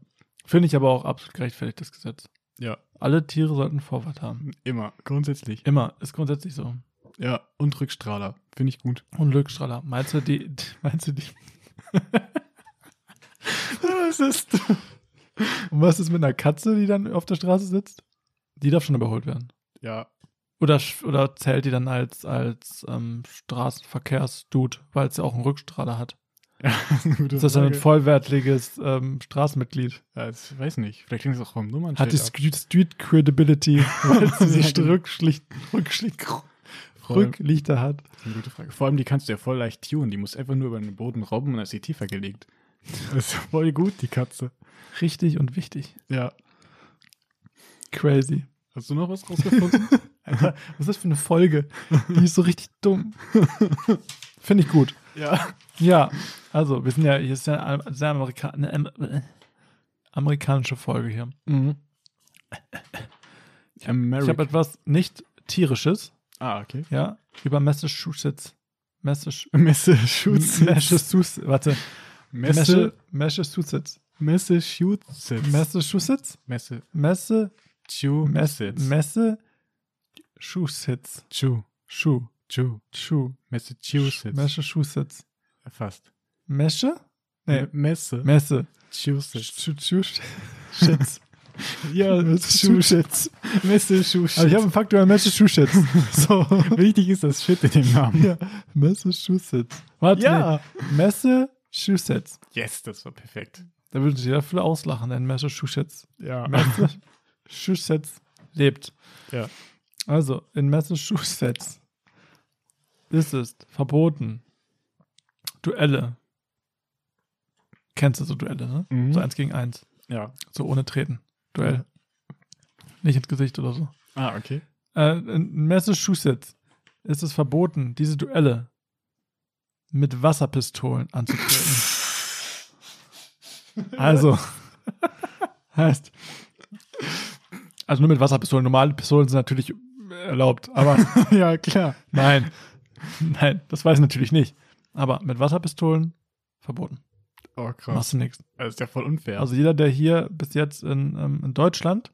Finde ich aber auch absolut gerechtfertigt, das Gesetz.
Ja.
Alle Tiere sollten Vorwart haben.
Immer. Grundsätzlich.
Immer. Ist grundsätzlich so.
Ja. Und Rückstrahler. Finde ich gut.
Und Glückstrahler. Meinst du die, meinst du die,
Was ist
und was ist mit einer Katze, die dann auf der Straße sitzt? Die darf schon überholt werden.
Ja.
Oder, sch- oder zählt die dann als, als ähm, Straßenverkehrsdude, weil es ja auch einen Rückstrahler hat? Ist das dann ein vollwertiges ähm, Straßenmitglied?
Ja, das weiß nicht. Vielleicht hängt es auch vom Nummernschild
Hat die
ab.
Street, Street Credibility, weil sie
Ja,
sich
genau.
Rückschlicht, Rückschlicht,
Vor allem-
Rücklichter hat?
Eine gute Frage. Vor allem, die kannst du ja voll leicht tunen. Die musst einfach nur über den Boden robben und dann ist sie tiefer gelegt. Das ist ja voll gut, die Katze.
Richtig und wichtig.
Ja.
Crazy.
Hast du noch was rausgefunden?
Alter, was ist das für eine Folge? Die ist so richtig dumm. Finde ich gut.
ja.
Ja, also wir sind ja, hier ist ja eine sehr Amerika eine, Am- äh, amerikanische Folge hier.
Mhm. halt
Ich habe
America.
etwas nicht tierisches,
Ah, okay.
ja, über Massachusetts. Massachusetts.
Massachusetts.
Massachusetts. Warte.
Messe-
Massachusetts.
Massachusetts.
Massachusetts?
Messe.
Messe,
Chu. Messets.
Messe, Schuhsitz,
Chu.
Schuh,
Chu.
Schuh,
Massachusetts.
Mesche, Schuhsitz,
Fast.
Mesche, nee,
M- Messe.
Messe,
Massachusetts.
Schuh, Schuh, Schitz,
Ja,
Schuhschitz.
Massachusetts.
Also ich habe einen Faktor an Mesche, Schuhschitz. So,
Wichtig ist das Shit in dem Namen.
ja, Messe, Schuhsitz. Warte,
Ja.
nee. Messe, Schuhsitz.
Yes, das war perfekt.
Da würden sich ja viele auslachen, denn Mesche, Schuhsitz.
Ja.
Messe, Schuhsitz lebt.
Ja.
Also, in Massachusetts ist es verboten, Duelle Kennst du so Duelle, ne?
Mhm.
So eins gegen eins.
Ja.
So ohne Treten. Duell. Nicht ins Gesicht oder so.
Ah, okay.
Äh, in Massachusetts ist es verboten, diese Duelle mit Wasserpistolen anzutreten. also, heißt, also nur mit Wasserpistolen. Normale Pistolen sind natürlich erlaubt, aber
ja, klar.
nein, nein, das weiß ich natürlich nicht. Aber mit Wasserpistolen verboten.
Oh, krass.
Machst du nichts.
Das ist ja voll unfair.
Also jeder, der hier bis jetzt in, ähm, in Deutschland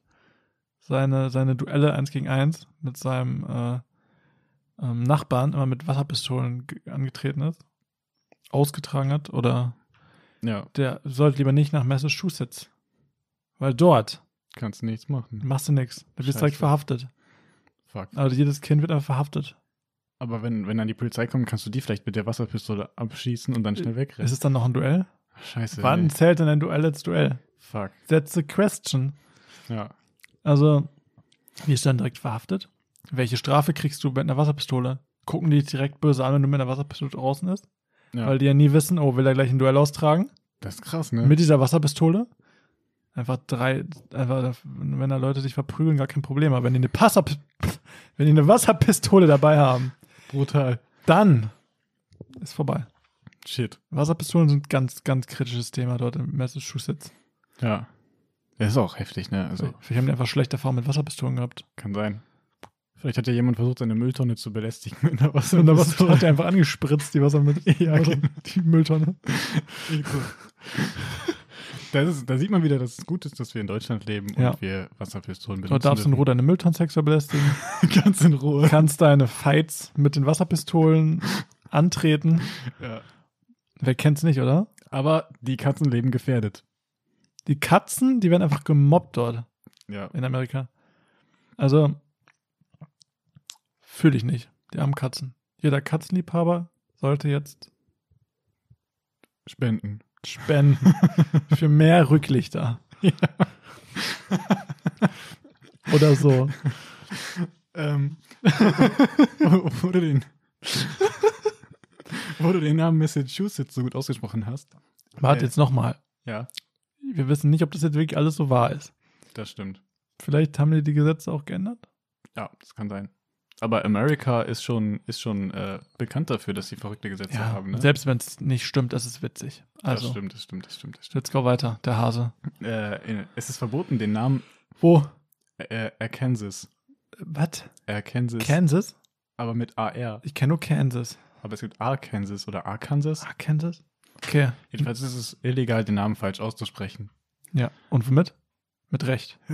seine, seine Duelle eins gegen eins mit seinem äh, ähm, Nachbarn immer mit Wasserpistolen ge- angetreten ist, ausgetragen hat, oder
ja,
der sollte lieber nicht nach Massachusetts. Weil dort
kannst nichts machen.
machst du nichts. Da wirst du direkt
Scheiße.
verhaftet.
Fuck.
Also jedes Kind wird einfach verhaftet.
Aber wenn, wenn dann die Polizei kommt, kannst du die vielleicht mit der Wasserpistole abschießen und dann schnell wegrennen.
Ist es dann noch ein Duell?
Scheiße.
Äh, Wann
nee.
zählt denn ein Duell als Duell?
Fuck.
That's the question.
Ja.
Also, wirst du dann direkt verhaftet? Welche Strafe kriegst du mit einer Wasserpistole? Gucken die dich direkt böse an, wenn du mit einer Wasserpistole draußen bist?
ja.
Weil die ja nie wissen, oh, will er gleich ein Duell austragen?
das ist krass, ne?
Mit dieser Wasserpistole? Einfach drei, einfach, wenn da Leute sich verprügeln, gar kein Problem. Aber wenn die eine, Passer, wenn die eine Wasserpistole dabei haben,
brutal.
dann ist vorbei.
Shit.
Wasserpistolen sind ganz, ganz kritisches Thema dort in Massachusetts.
Ja. Das ist auch heftig, ne? Also,
Also, vielleicht haben die einfach schlechte Erfahrungen mit Wasserpistolen gehabt.
kann sein. Vielleicht hat ja jemand versucht, seine Mülltonne zu belästigen mit einer
Und da was
Wasserpistole.
hat er einfach angespritzt, die Wasser mit
Ja,
Wasser-
genau.
die Mülltonne.
Das ist, da sieht man wieder, dass es gut ist, dass wir in Deutschland leben
Ja.
und wir Wasserpistolen benutzen.
Dort darfst du in Ruhe deine Mülltonnen sexuell belästigen,
dürfen. ganz in Ruhe.
kannst deine Fights mit den Wasserpistolen antreten.
Ja.
Wer kennt's nicht, oder?
Aber die Katzen leben gefährdet.
Die Katzen, die werden einfach gemobbt dort
Ja.
in Amerika. Also, fühle ich nicht, die armen Katzen. Jeder Katzenliebhaber sollte jetzt
Spenden.
spenden für mehr Rücklichter. Oder so.
Ähm. wo, du den, wo du den Namen Massachusetts so gut ausgesprochen hast.
Warte
Äh.
jetzt nochmal.
Ja,
Wir wissen nicht, ob das jetzt wirklich alles so wahr ist.
das stimmt.
Vielleicht haben die die Gesetze auch geändert.
Ja, das kann sein. Aber America ist schon, ist schon äh, bekannt dafür, dass sie verrückte Gesetze
Ja,
haben. Ne?
selbst wenn es nicht stimmt, das ist witzig.
Das
Also,
stimmt, das stimmt, das stimmt. Das stimmt.
jetzt go weiter, der Hase.
Äh, es ist verboten, den Namen
Wo?
äh, Arkansas.
Was?
Arkansas,
Kansas?
aber mit AR.
Ich kenne nur Kansas.
Aber es gibt Arkansas oder Arkansas.
Ah, Kansas? Okay.
Jedenfalls ist es illegal, den Namen falsch auszusprechen.
Ja. Und womit? Mit Recht.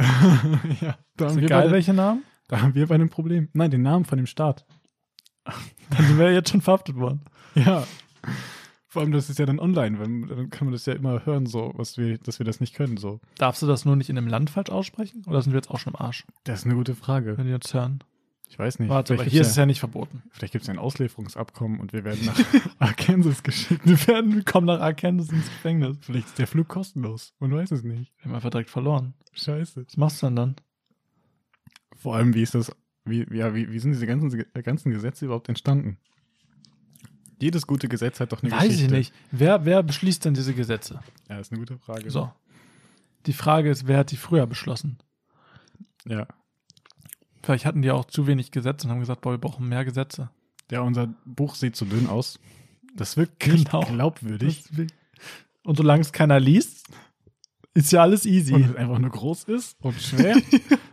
ja, da
Ist
haben, wir
egal,
bei,
welche Namen?
da haben wir bei einem Problem. Nein, den Namen von dem Staat.
Dann wäre jetzt schon verhaftet worden.
Ja. Vor allem, das ist ja dann online, weil dann kann man das ja immer hören, so, was wir, dass wir das nicht können, so.
Darfst du das nur nicht in einem Land falsch aussprechen? Oder sind wir jetzt auch schon im Arsch,
Das ist eine gute Frage.
wenn die uns hören?
Ich weiß nicht.
Warte, aber
vielleicht
hier ist
gibt's
es
ja,
ja nicht verboten.
vielleicht gibt es ja ein Auslieferungsabkommen und wir werden nach Arkansas geschickt.
Wir werden, wir kommen nach Arkansas ins Gefängnis.
Vielleicht ist der Flug kostenlos. Man weiß es nicht.
Wir haben einfach direkt verloren.
Scheiße.
Was machst du denn dann?
Vor allem, wie ist das, wie, ja, wie, wie sind diese ganzen, äh, ganzen Gesetze überhaupt entstanden? Jedes gute Gesetz hat doch eine
Weiß ich
Geschichte.
nicht. Wer, wer beschließt denn diese Gesetze?
Ja, das ist eine gute Frage.
So. Die Frage ist, wer hat die früher beschlossen?
Ja.
Vielleicht hatten die auch zu wenig Gesetze und haben gesagt, boah, wir brauchen mehr Gesetze.
Ja, unser Buch sieht so dünn aus. Das wirkt nicht
Genau.
glaubwürdig.
Und solange es keiner liest, ist ja alles easy.
Und es einfach nur groß ist und schwer,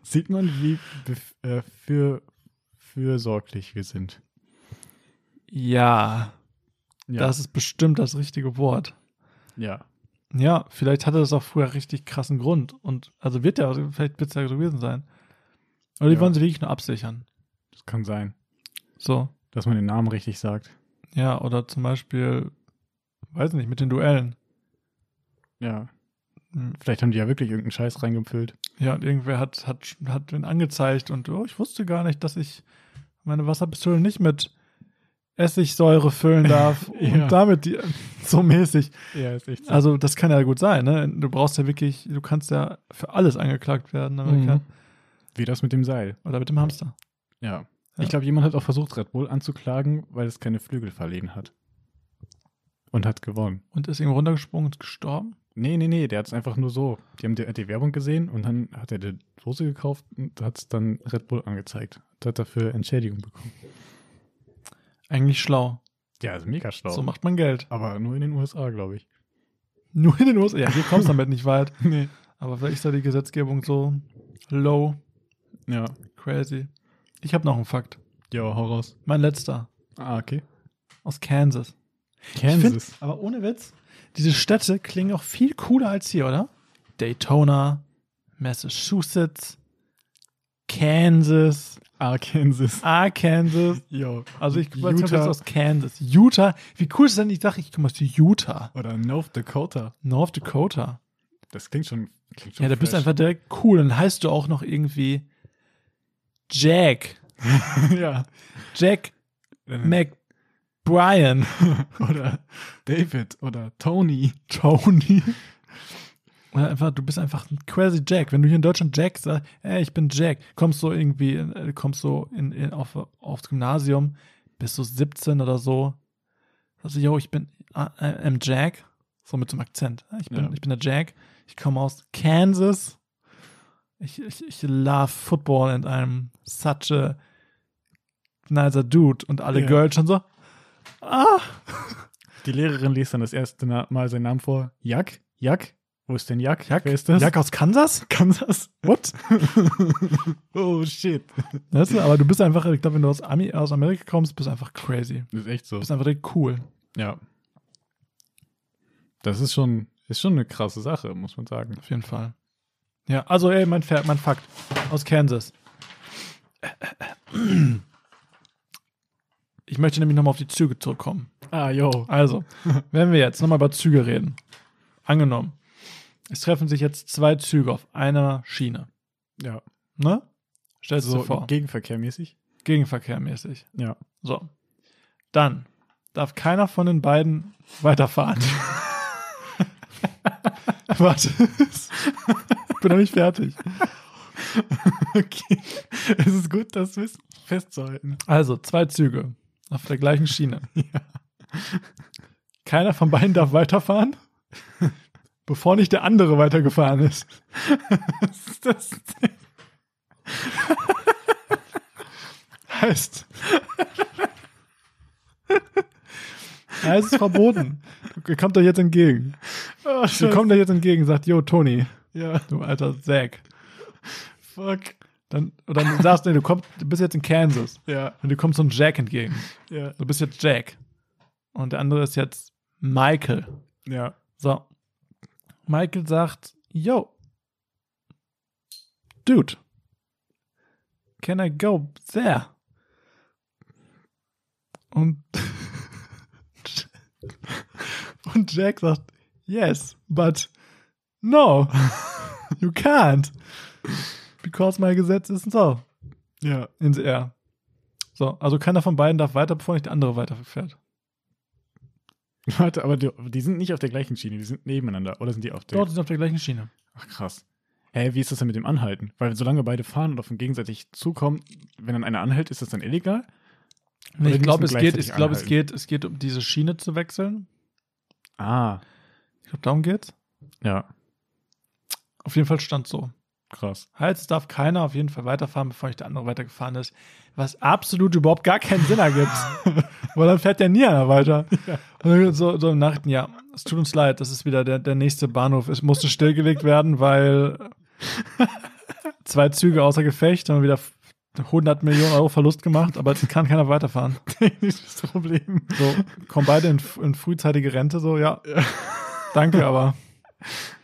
sieht man, wie bef- äh, für, fürsorglich wir sind.
ja,
Ja.
das ist bestimmt das richtige Wort.
ja.
Ja, vielleicht hatte das auch früher richtig krassen Grund. Und also wird ja, vielleicht wird es ja so gewesen sein. Oder die
Ja.
wollen sie wirklich nur absichern.
Das kann sein,
So.
dass man den Namen richtig sagt.
Ja, oder zum Beispiel, weiß nicht, mit den Duellen.
Ja.
Hm.
Vielleicht haben die ja wirklich irgendeinen Scheiß reingefüllt.
Ja, und irgendwer hat, hat, hat ihn angezeigt und oh, ich wusste gar nicht, dass ich meine Wasserpistole nicht mit Essigsäure füllen darf
Ja.
und damit die, so mäßig.
Ja, ist echt
Also das kann ja gut sein, ne? Du brauchst ja wirklich, du kannst ja für alles angeklagt werden in
Mhm.
Amerika.
Wie das mit dem Seil.
Oder mit dem Hamster.
Ja.
Ja.
Ich glaube, jemand hat auch versucht, Red Bull anzuklagen, weil es keine Flügel verliehen hat. und hat gewonnen.
Und ist irgendwo runtergesprungen und gestorben?
Nee, nee, nee, der hat es einfach nur so. Die haben die, die Werbung gesehen und dann hat er die Dose gekauft und hat es dann Red Bull angezeigt. Und hat dafür Entschädigung bekommen.
Eigentlich schlau.
Ja, ist mega schlau.
So macht man Geld.
Aber nur in den USA, glaube ich.
Nur in den USA. Ja, hier kommst du damit nicht weit.
Nee.
Aber vielleicht ist da die Gesetzgebung so low,
Ja.
crazy. Ich habe noch einen Fakt.
Ja, hau raus.
Mein letzter.
Ah, okay.
Aus Kansas. Ich find,
Kansas.
aber ohne Witz, diese Städte klingen auch viel cooler als hier, oder? Daytona, Massachusetts, Kansas,
Ah, Kansas.
Arkansas.
Ja.
Also ich komme jetzt
Utah.
aus Kansas. Utah. Wie cool ist denn? Ich dachte, ich komme aus Utah.
Oder North Dakota.
North Dakota.
Das klingt schon. Klingt schon
Ja, da bist du
fresh.
einfach direkt cool. Dann heißt du auch noch irgendwie Jack.
ja.
Jack McBrien.
Äh, oder David oder Tony.
Tony. Oder einfach, du bist einfach ein crazy Jack. Wenn du hier in Deutschland Jack sagst, ey, ich bin Jack, kommst so irgendwie, äh, kommst so in, in, auf, aufs Gymnasium, bist so 17 oder so, sagst du, yo, ich bin, äh, äh, I'm Jack, so mit so einem Akzent. Ich bin,
Ja.
ich bin der Jack, ich komme aus Kansas, ich, ich, ich love Football and I'm such a nicer dude. Und alle
Ja.
Girls schon so, ah,
Die Lehrerin liest dann das erste Na- Mal seinen Namen vor. Jack? Jack? Wo ist denn Jack?
Jack?
Wer ist das?
Jack aus Kansas?
Kansas.
What?
Oh, shit.
Weißt du, aber du bist einfach, ich glaube, wenn du aus, Ami, aus Amerika kommst, bist du einfach crazy. Du
Das ist echt so.
bist einfach direkt cool.
Ja. Das ist schon, ist schon eine krasse Sache, muss man sagen.
Auf jeden Fall. Ja, also, ey, mein, Fa- mein Fakt. Aus Kansas. Ich möchte nämlich nochmal auf die Züge zurückkommen.
Ah, yo.
Also, wenn wir jetzt nochmal über Züge reden. Angenommen, es treffen sich jetzt zwei Züge auf einer Schiene.
Ja.
Ne? Stellst du
So
dir vor.
Gegenverkehr mäßig.
Gegenverkehrmäßig.
Ja.
So. Dann darf keiner von den beiden weiterfahren. Warte. ich bin noch nicht fertig.
Okay. Es ist gut, das wissen- festzuhalten.
Also, zwei Züge auf der gleichen Schiene. Keiner von beiden darf weiterfahren, bevor nicht der andere weitergefahren ist.
Was ist das denn?
Heißt. Ja, es ist verboten. Ihr kommt euch jetzt entgegen.
Oh,
Ihr kommt euch jetzt entgegen, sagt, yo, Toni,
Ja,
du alter Zack.
fuck.
Dann, oder du sagst, nee, du, kommst, du bist jetzt in Kansas
Ja,
und du kommst so einem Jack entgegen.
ja,
Du bist jetzt Jack. Und der andere ist jetzt Michael.
ja.
So. Michael sagt, yo, dude, can I go there? Und, und Jack sagt, yes, but no, you can't. Because my Gesetz ist so
Ja,
ins R. So, also keiner von beiden darf weiter, bevor nicht der andere weiterfährt.
warte, aber die, die sind nicht auf der gleichen Schiene, die sind nebeneinander. Oder sind die auf der?
Dort sind auf der gleichen Schiene.
Ach, krass. Hä, wie ist das denn mit dem Anhalten? Weil solange beide fahren und auf dem gegenseitig zukommen, wenn dann einer anhält, ist das dann illegal?
Nee,
Oder
ich
die
glaube,
müssen
es geht,
gleichzeitig
ich glaube, es
anhalten.
geht, es geht um diese Schiene zu wechseln.
Ah,
Ich glaube, darum geht's.
ja,
Auf jeden Fall stand so.
krass.
Halt, es darf keiner auf jeden Fall weiterfahren, bevor nicht der andere weitergefahren ist. Was absolut überhaupt gar keinen Sinn ergibt. Weil dann fährt ja nie einer weiter. Und dann so, so im Nachten, ja, es tut uns leid, das ist wieder der, der nächste Bahnhof. Es musste stillgelegt werden, weil zwei Züge außer Gefecht haben wir wieder 100 Millionen Euro Verlust gemacht, aber es kann keiner weiterfahren.
Technisches Problem.
So, kommen beide in, in frühzeitige Rente, so, ja. Danke, aber.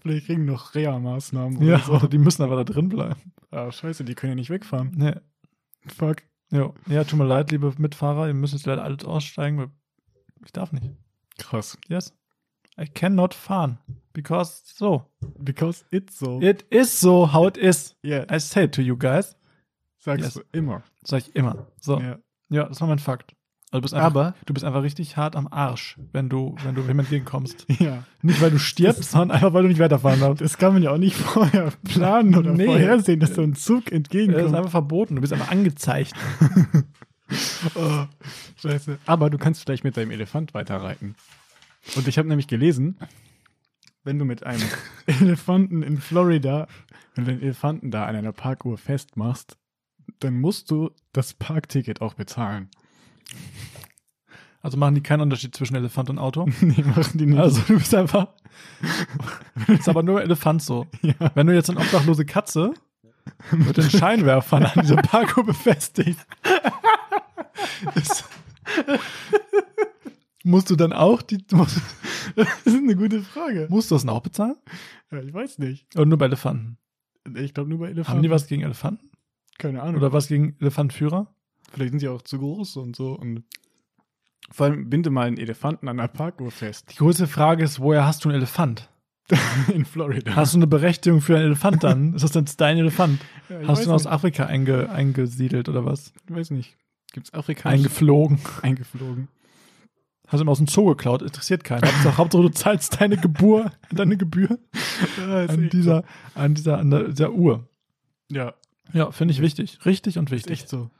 Vielleicht kriegen noch Reha-Maßnahmen oder
Ja,
so.
die müssen aber da drin bleiben.
Ah, scheiße, die können ja nicht wegfahren.
Nee.
Fuck.
Jo. Ja, tut mir leid, liebe Mitfahrer, ihr müsst jetzt leider alles aussteigen, weil ich darf nicht.
Krass.
Yes. I cannot fahren. Because so.
Because it's so.
It is so, how it is.
yeah,
I say to you guys.
sagst
yes.
du immer.
Sag ich immer. So. Ja,
Ja.
das war mein Fakt. Also du bist einfach,
Aber,
du bist einfach richtig hart am Arsch, wenn du, wenn du jemand entgegenkommst.
ja,
Nicht, weil du stirbst, sondern einfach, weil du nicht weiterfahren darfst.
das kann man ja auch nicht vorher planen oder
Nee.
vorhersehen, dass so ein Zug
Das ist
entgegenkommt.
einfach verboten. Du bist einfach angezeigt.
Oh, scheiße. Aber du kannst vielleicht mit deinem Elefant weiterreiten. Und ich habe nämlich gelesen, wenn du mit einem Elefanten in Florida, wenn du den Elefanten da an einer Parkuhr festmachst, dann musst du das Parkticket auch bezahlen.
Also machen die keinen Unterschied zwischen Elefant und Auto.
nee, machen die nicht.
Also du bist einfach. ist aber nur Elefant so.
ja.
Wenn du jetzt eine obdachlose Katze mit den Scheinwerfern an diese Parko befestigt, ist, musst du dann auch die. Musst,
Das ist eine gute Frage.
musst du das dann auch bezahlen?
Ja, ich weiß nicht.
Oder nur bei Elefanten?
Ich glaube nur bei Elefanten.
Haben die was gegen Elefanten?
Keine Ahnung.
Oder was gegen Elefantführer?
Vielleicht sind sie auch zu groß und so. Und vor allem binde mal einen Elefanten an einer Parkuhr fest.
Die größte Frage ist, woher hast du einen Elefant?
In Florida.
Hast du eine Berechtigung für einen Elefant dann? Ist das denn dein Elefant?
Ja, ich
Hast du ihn
weiß
aus Afrika einge, eingesiedelt oder was?
nicht. weiß nicht. Gibt es afrikanische?
Eingeflogen.
Eingeflogen.
Hast du ihn aus dem Zoo geklaut? Interessiert keinen. Hauptsache, Hauptsache du zahlst deine Gebühr, deine Gebühr an dieser, an dieser, an der, dieser Uhr.
ja,
Ja, finde ich wichtig. Richtig und
ist
wichtig.
echt so.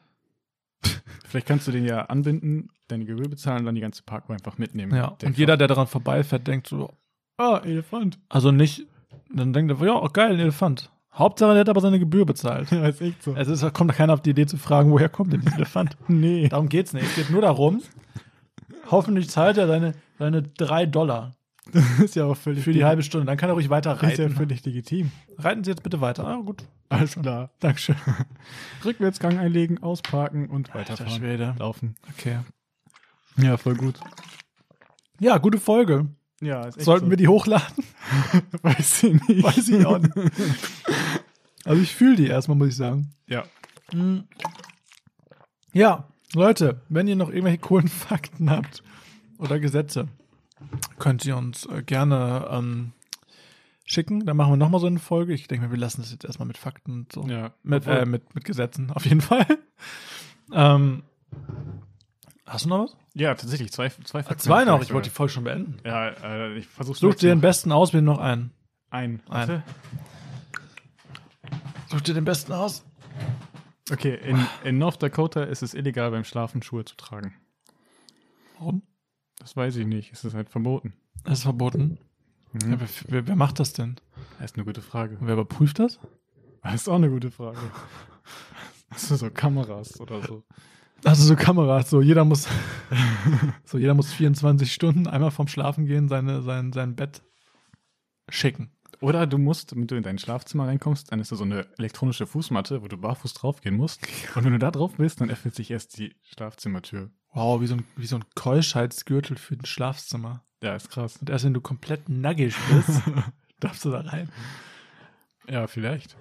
Vielleicht kannst du den ja anbinden, deine Gebühr bezahlen und dann die ganze Parkuhr einfach mitnehmen.
Ja.
Der
Und jeder, der daran vorbeifährt, denkt so,
Ah, Elefant.
also nicht, dann denkt er, ja, oh, geil, ein Elefant. Hauptsache, der hat aber seine Gebühr bezahlt.
Ja, ist echt so.
Es ist, kommt keiner auf die Idee zu fragen, woher kommt denn dieser Elefant?
nee.
Darum geht's nicht. Es geht nur darum, hoffentlich zahlt er seine, seine drei Dollar
Das ist ja auch völlig
für die halbe Stunde. Dann kann er ruhig weiter
ist ja
reiten.
völlig legitim.
Reiten Sie jetzt bitte weiter. Ah, gut.
Alles klar.
Dankeschön.
Rückwärtsgang einlegen, ausparken und
Alter
weiterfahren.
Schwede.
Laufen.
Okay.
Ja, voll gut.
Ja, gute Folge.
Ja, ist echt
Sollten
so.
wir die hochladen?
Weiß ich nicht.
Weiß ich auch nicht. Also ich fühle die erstmal, muss ich sagen.
Ja.
Mm. Ja, Leute, wenn ihr noch irgendwelche coolen Fakten habt oder Gesetze, könnt ihr uns äh, gerne ähm, schicken. Dann machen wir nochmal so eine Folge. Ich denke mal, wir lassen das jetzt erstmal mit Fakten und so.
Ja.
Mit,
Obwohl-
äh, mit, mit Gesetzen, auf jeden Fall. ähm, hast du noch was?
ja, tatsächlich. Zwei, zwei,
Ah,
Fakten
Zwei noch,
vielleicht
ich wollte die
sogar.
Folge schon beenden.
Ja, äh, ich versuch's
Such dir den
noch.
besten aus, wir noch einen.
Ein.
Ein. Such dir den besten aus.
Okay, in, in North Dakota ist es illegal, beim Schlafen Schuhe zu tragen.
Warum?
Das weiß ich nicht. Es ist halt verboten.
Das ist verboten.
Mhm.
Ja, wer, wer, wer macht das denn?
Das ist eine gute Frage.
Und wer überprüft das?
Das ist auch eine gute Frage. Hast du so Kameras oder so?
Also so Kameras, so jeder muss, so jeder muss 24 Stunden einmal vom Schlafen gehen, seine, sein, sein Bett schicken.
Oder du musst, wenn du in dein Schlafzimmer reinkommst, dann ist da so eine elektronische Fußmatte, wo du barfuß draufgehen musst. Und wenn du da drauf bist, dann öffnet sich erst die Schlafzimmertür.
Wow, wie so ein, wie so ein Keuschheitsgürtel für ein Schlafzimmer.
Ja, ist krass.
Und erst wenn du komplett nackig bist, darfst du da rein.
Ja, vielleicht.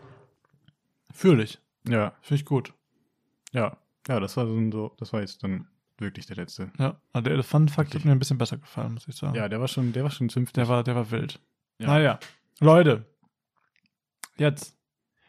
Fühle ich.
Ja,
Finde ich gut.
ja. Ja, das war so, ein- so das war jetzt dann wirklich der letzte.
Ja. Aber der Elefantenfakt hat mir ein bisschen besser gefallen, muss ich sagen.
Ja, der war schon, der war schon zünftig.
Der war, der war wild.
Ja.
Naja, Leute, jetzt.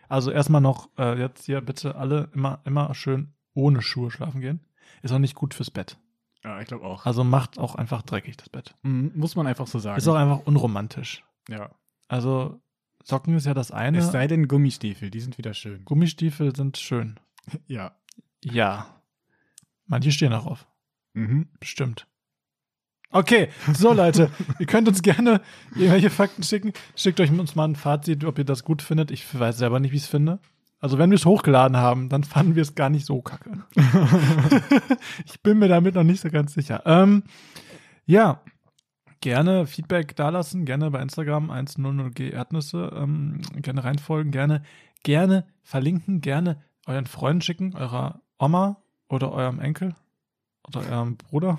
Also erstmal noch, äh, jetzt hier bitte alle immer, immer schön ohne Schuhe schlafen gehen. Ist auch nicht gut fürs Bett.
Ja, ich glaube auch.
Also macht auch einfach dreckig das Bett.
Mhm, muss man einfach so sagen.
Ist auch einfach unromantisch.
ja.
Also Socken ist ja das eine.
Es sei denn Gummistiefel, die sind wieder schön.
Gummistiefel sind schön.
Ja.
Ja. Manche stehen auch auf.
Mhm.
Bestimmt. Okay, so Leute, ihr könnt uns gerne irgendwelche Fakten schicken. Schickt euch uns mal ein Fazit, ob ihr das gut findet. Ich weiß selber nicht, wie ich es finde. Also wenn wir es hochgeladen haben, dann fanden wir es gar nicht so kacke. ich bin mir damit noch nicht so ganz sicher. Ähm, ja, gerne Feedback dalassen, gerne bei Instagram 100g Erdnüsse, ähm, gerne reinfolgen, gerne, gerne verlinken, gerne euren Freunden schicken, eurer Oma oder eurem Enkel oder eurem Bruder.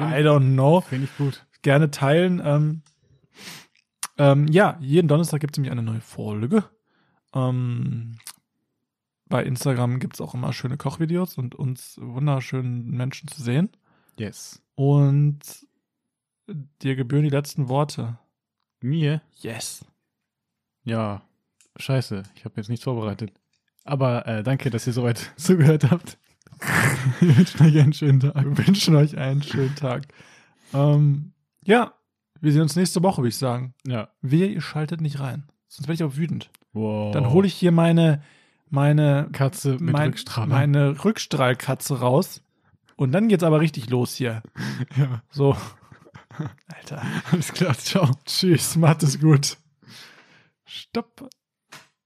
I don't know.
Finde ich gut.
Gerne teilen. Ähm, ähm, ja, jeden Donnerstag gibt es nämlich eine neue Folge. Ähm, bei Instagram gibt es auch immer schöne Kochvideos und uns wunderschönen Menschen zu sehen.
Yes.
Und dir gebühren die letzten Worte.
Mir?
Yes.
Ja. Scheiße, ich habe jetzt nichts vorbereitet. Aber äh, danke, dass ihr soweit zugehört habt. ich wünsche euch einen schönen Tag.
Wir wünschen euch einen schönen Tag. ähm, ja, wir sehen uns nächste Woche, würde ich sagen.
Ja.
Wehe, ihr schaltet nicht rein. Sonst werde ich auch wütend.
Wow.
Dann hole ich hier meine, meine
Katze mit
mein,
Rückstrahlung.
meine Rückstrahlkatze raus. Und dann geht's aber richtig los hier.
ja.
So.
Alter.
Alles klar, ciao.
Tschüss, macht es gut. Stopp.